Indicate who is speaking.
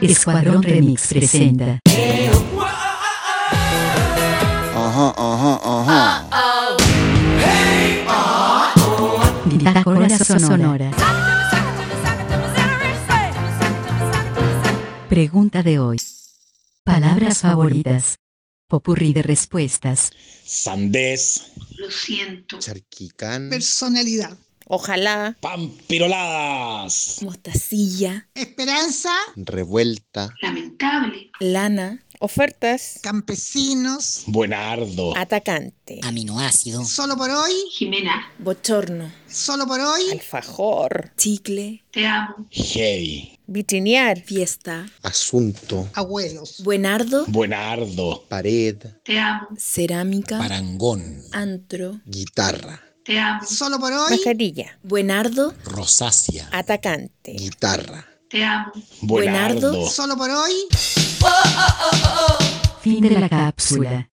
Speaker 1: Escuadrón Remix presenta.
Speaker 2: Ajá, ajá, ajá.
Speaker 1: Bitácora Sonora. Pregunta de hoy. Palabras favoritas. Popurrí de respuestas.
Speaker 3: Sandés,
Speaker 4: Lo siento.
Speaker 2: Charquicán.
Speaker 5: personalidad.
Speaker 6: Ojalá.
Speaker 3: pampiroladas,
Speaker 6: Mostacilla.
Speaker 5: Esperanza,
Speaker 2: Revuelta.
Speaker 4: Lamentable.
Speaker 6: Lana. Ofertas.
Speaker 5: campesinos,
Speaker 3: buenardo,
Speaker 6: Atacante.
Speaker 7: aminoácidos,
Speaker 5: solo por hoy,
Speaker 4: Jimena,
Speaker 6: Bochorno.
Speaker 5: solo por hoy,
Speaker 6: Alfajor. Chicle.
Speaker 4: te amo.
Speaker 3: heavy,
Speaker 6: Vitrinear. Fiesta.
Speaker 2: Asunto.
Speaker 5: abuelos,
Speaker 6: Buenardo.
Speaker 3: buenardo,
Speaker 2: Pared.
Speaker 4: Te amo.
Speaker 6: Cerámica.
Speaker 8: parangón,
Speaker 6: Antro.
Speaker 2: Guitarra.
Speaker 4: Te amo.
Speaker 5: solo por hoy,
Speaker 6: Mascarilla. Buenardo.
Speaker 8: rosácea,
Speaker 6: Atacante.
Speaker 2: Guitarra.
Speaker 4: Te amo.
Speaker 3: buenardo,
Speaker 5: solo por hoy,
Speaker 1: Fin de la cápsula.